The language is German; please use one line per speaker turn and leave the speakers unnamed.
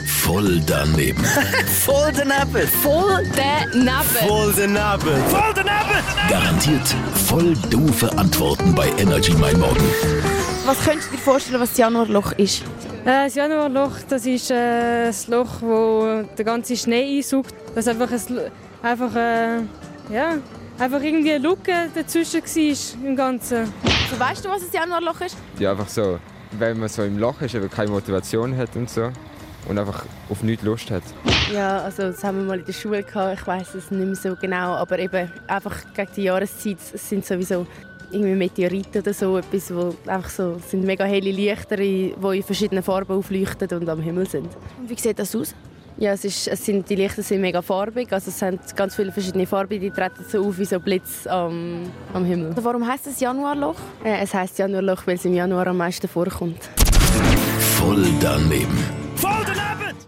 Voll daneben.
Voll daneben.
Voll daneben.
Voll daneben.
Voll daneben.
Garantiert voll doofe Antworten bei Energy Mein Morgen.
Was könntest du dir vorstellen, was das Januarloch ist?
Äh, Das Januarloch, das ist äh, das Loch, wo der ganze Schnee einsaugt. Das einfach ein, L- einfach, äh, ja, einfach irgendwie eine Lücke dazwischen war im Ganzen.
Also, weißt du, was das Januarloch ist?
die einfach so, wenn man so im Loch ist, aber keine Motivation hat und so und einfach auf nichts Lust hat.
Ja, also das haben wir mal in der Schule gehabt. Ich weiß es nicht mehr so genau, aber eben einfach gegen die Jahreszeit es sind sowieso irgendwie Meteoriten oder so etwas, wo einfach so es sind mega helle Lichter, die in verschiedenen Farben aufleuchten und am Himmel sind.
Und wie sieht das aus?
Ja, es ist, es sind, die Lichter sind mega farbig, also es haben ganz viele verschiedene Farben, die treten so auf wie so Blitz am, am Himmel.
Also, warum heißt das Januarloch?
Äh, es heißt Januarloch, weil es im Januar am meisten vorkommt.
Voll daneben.
Voll daneben.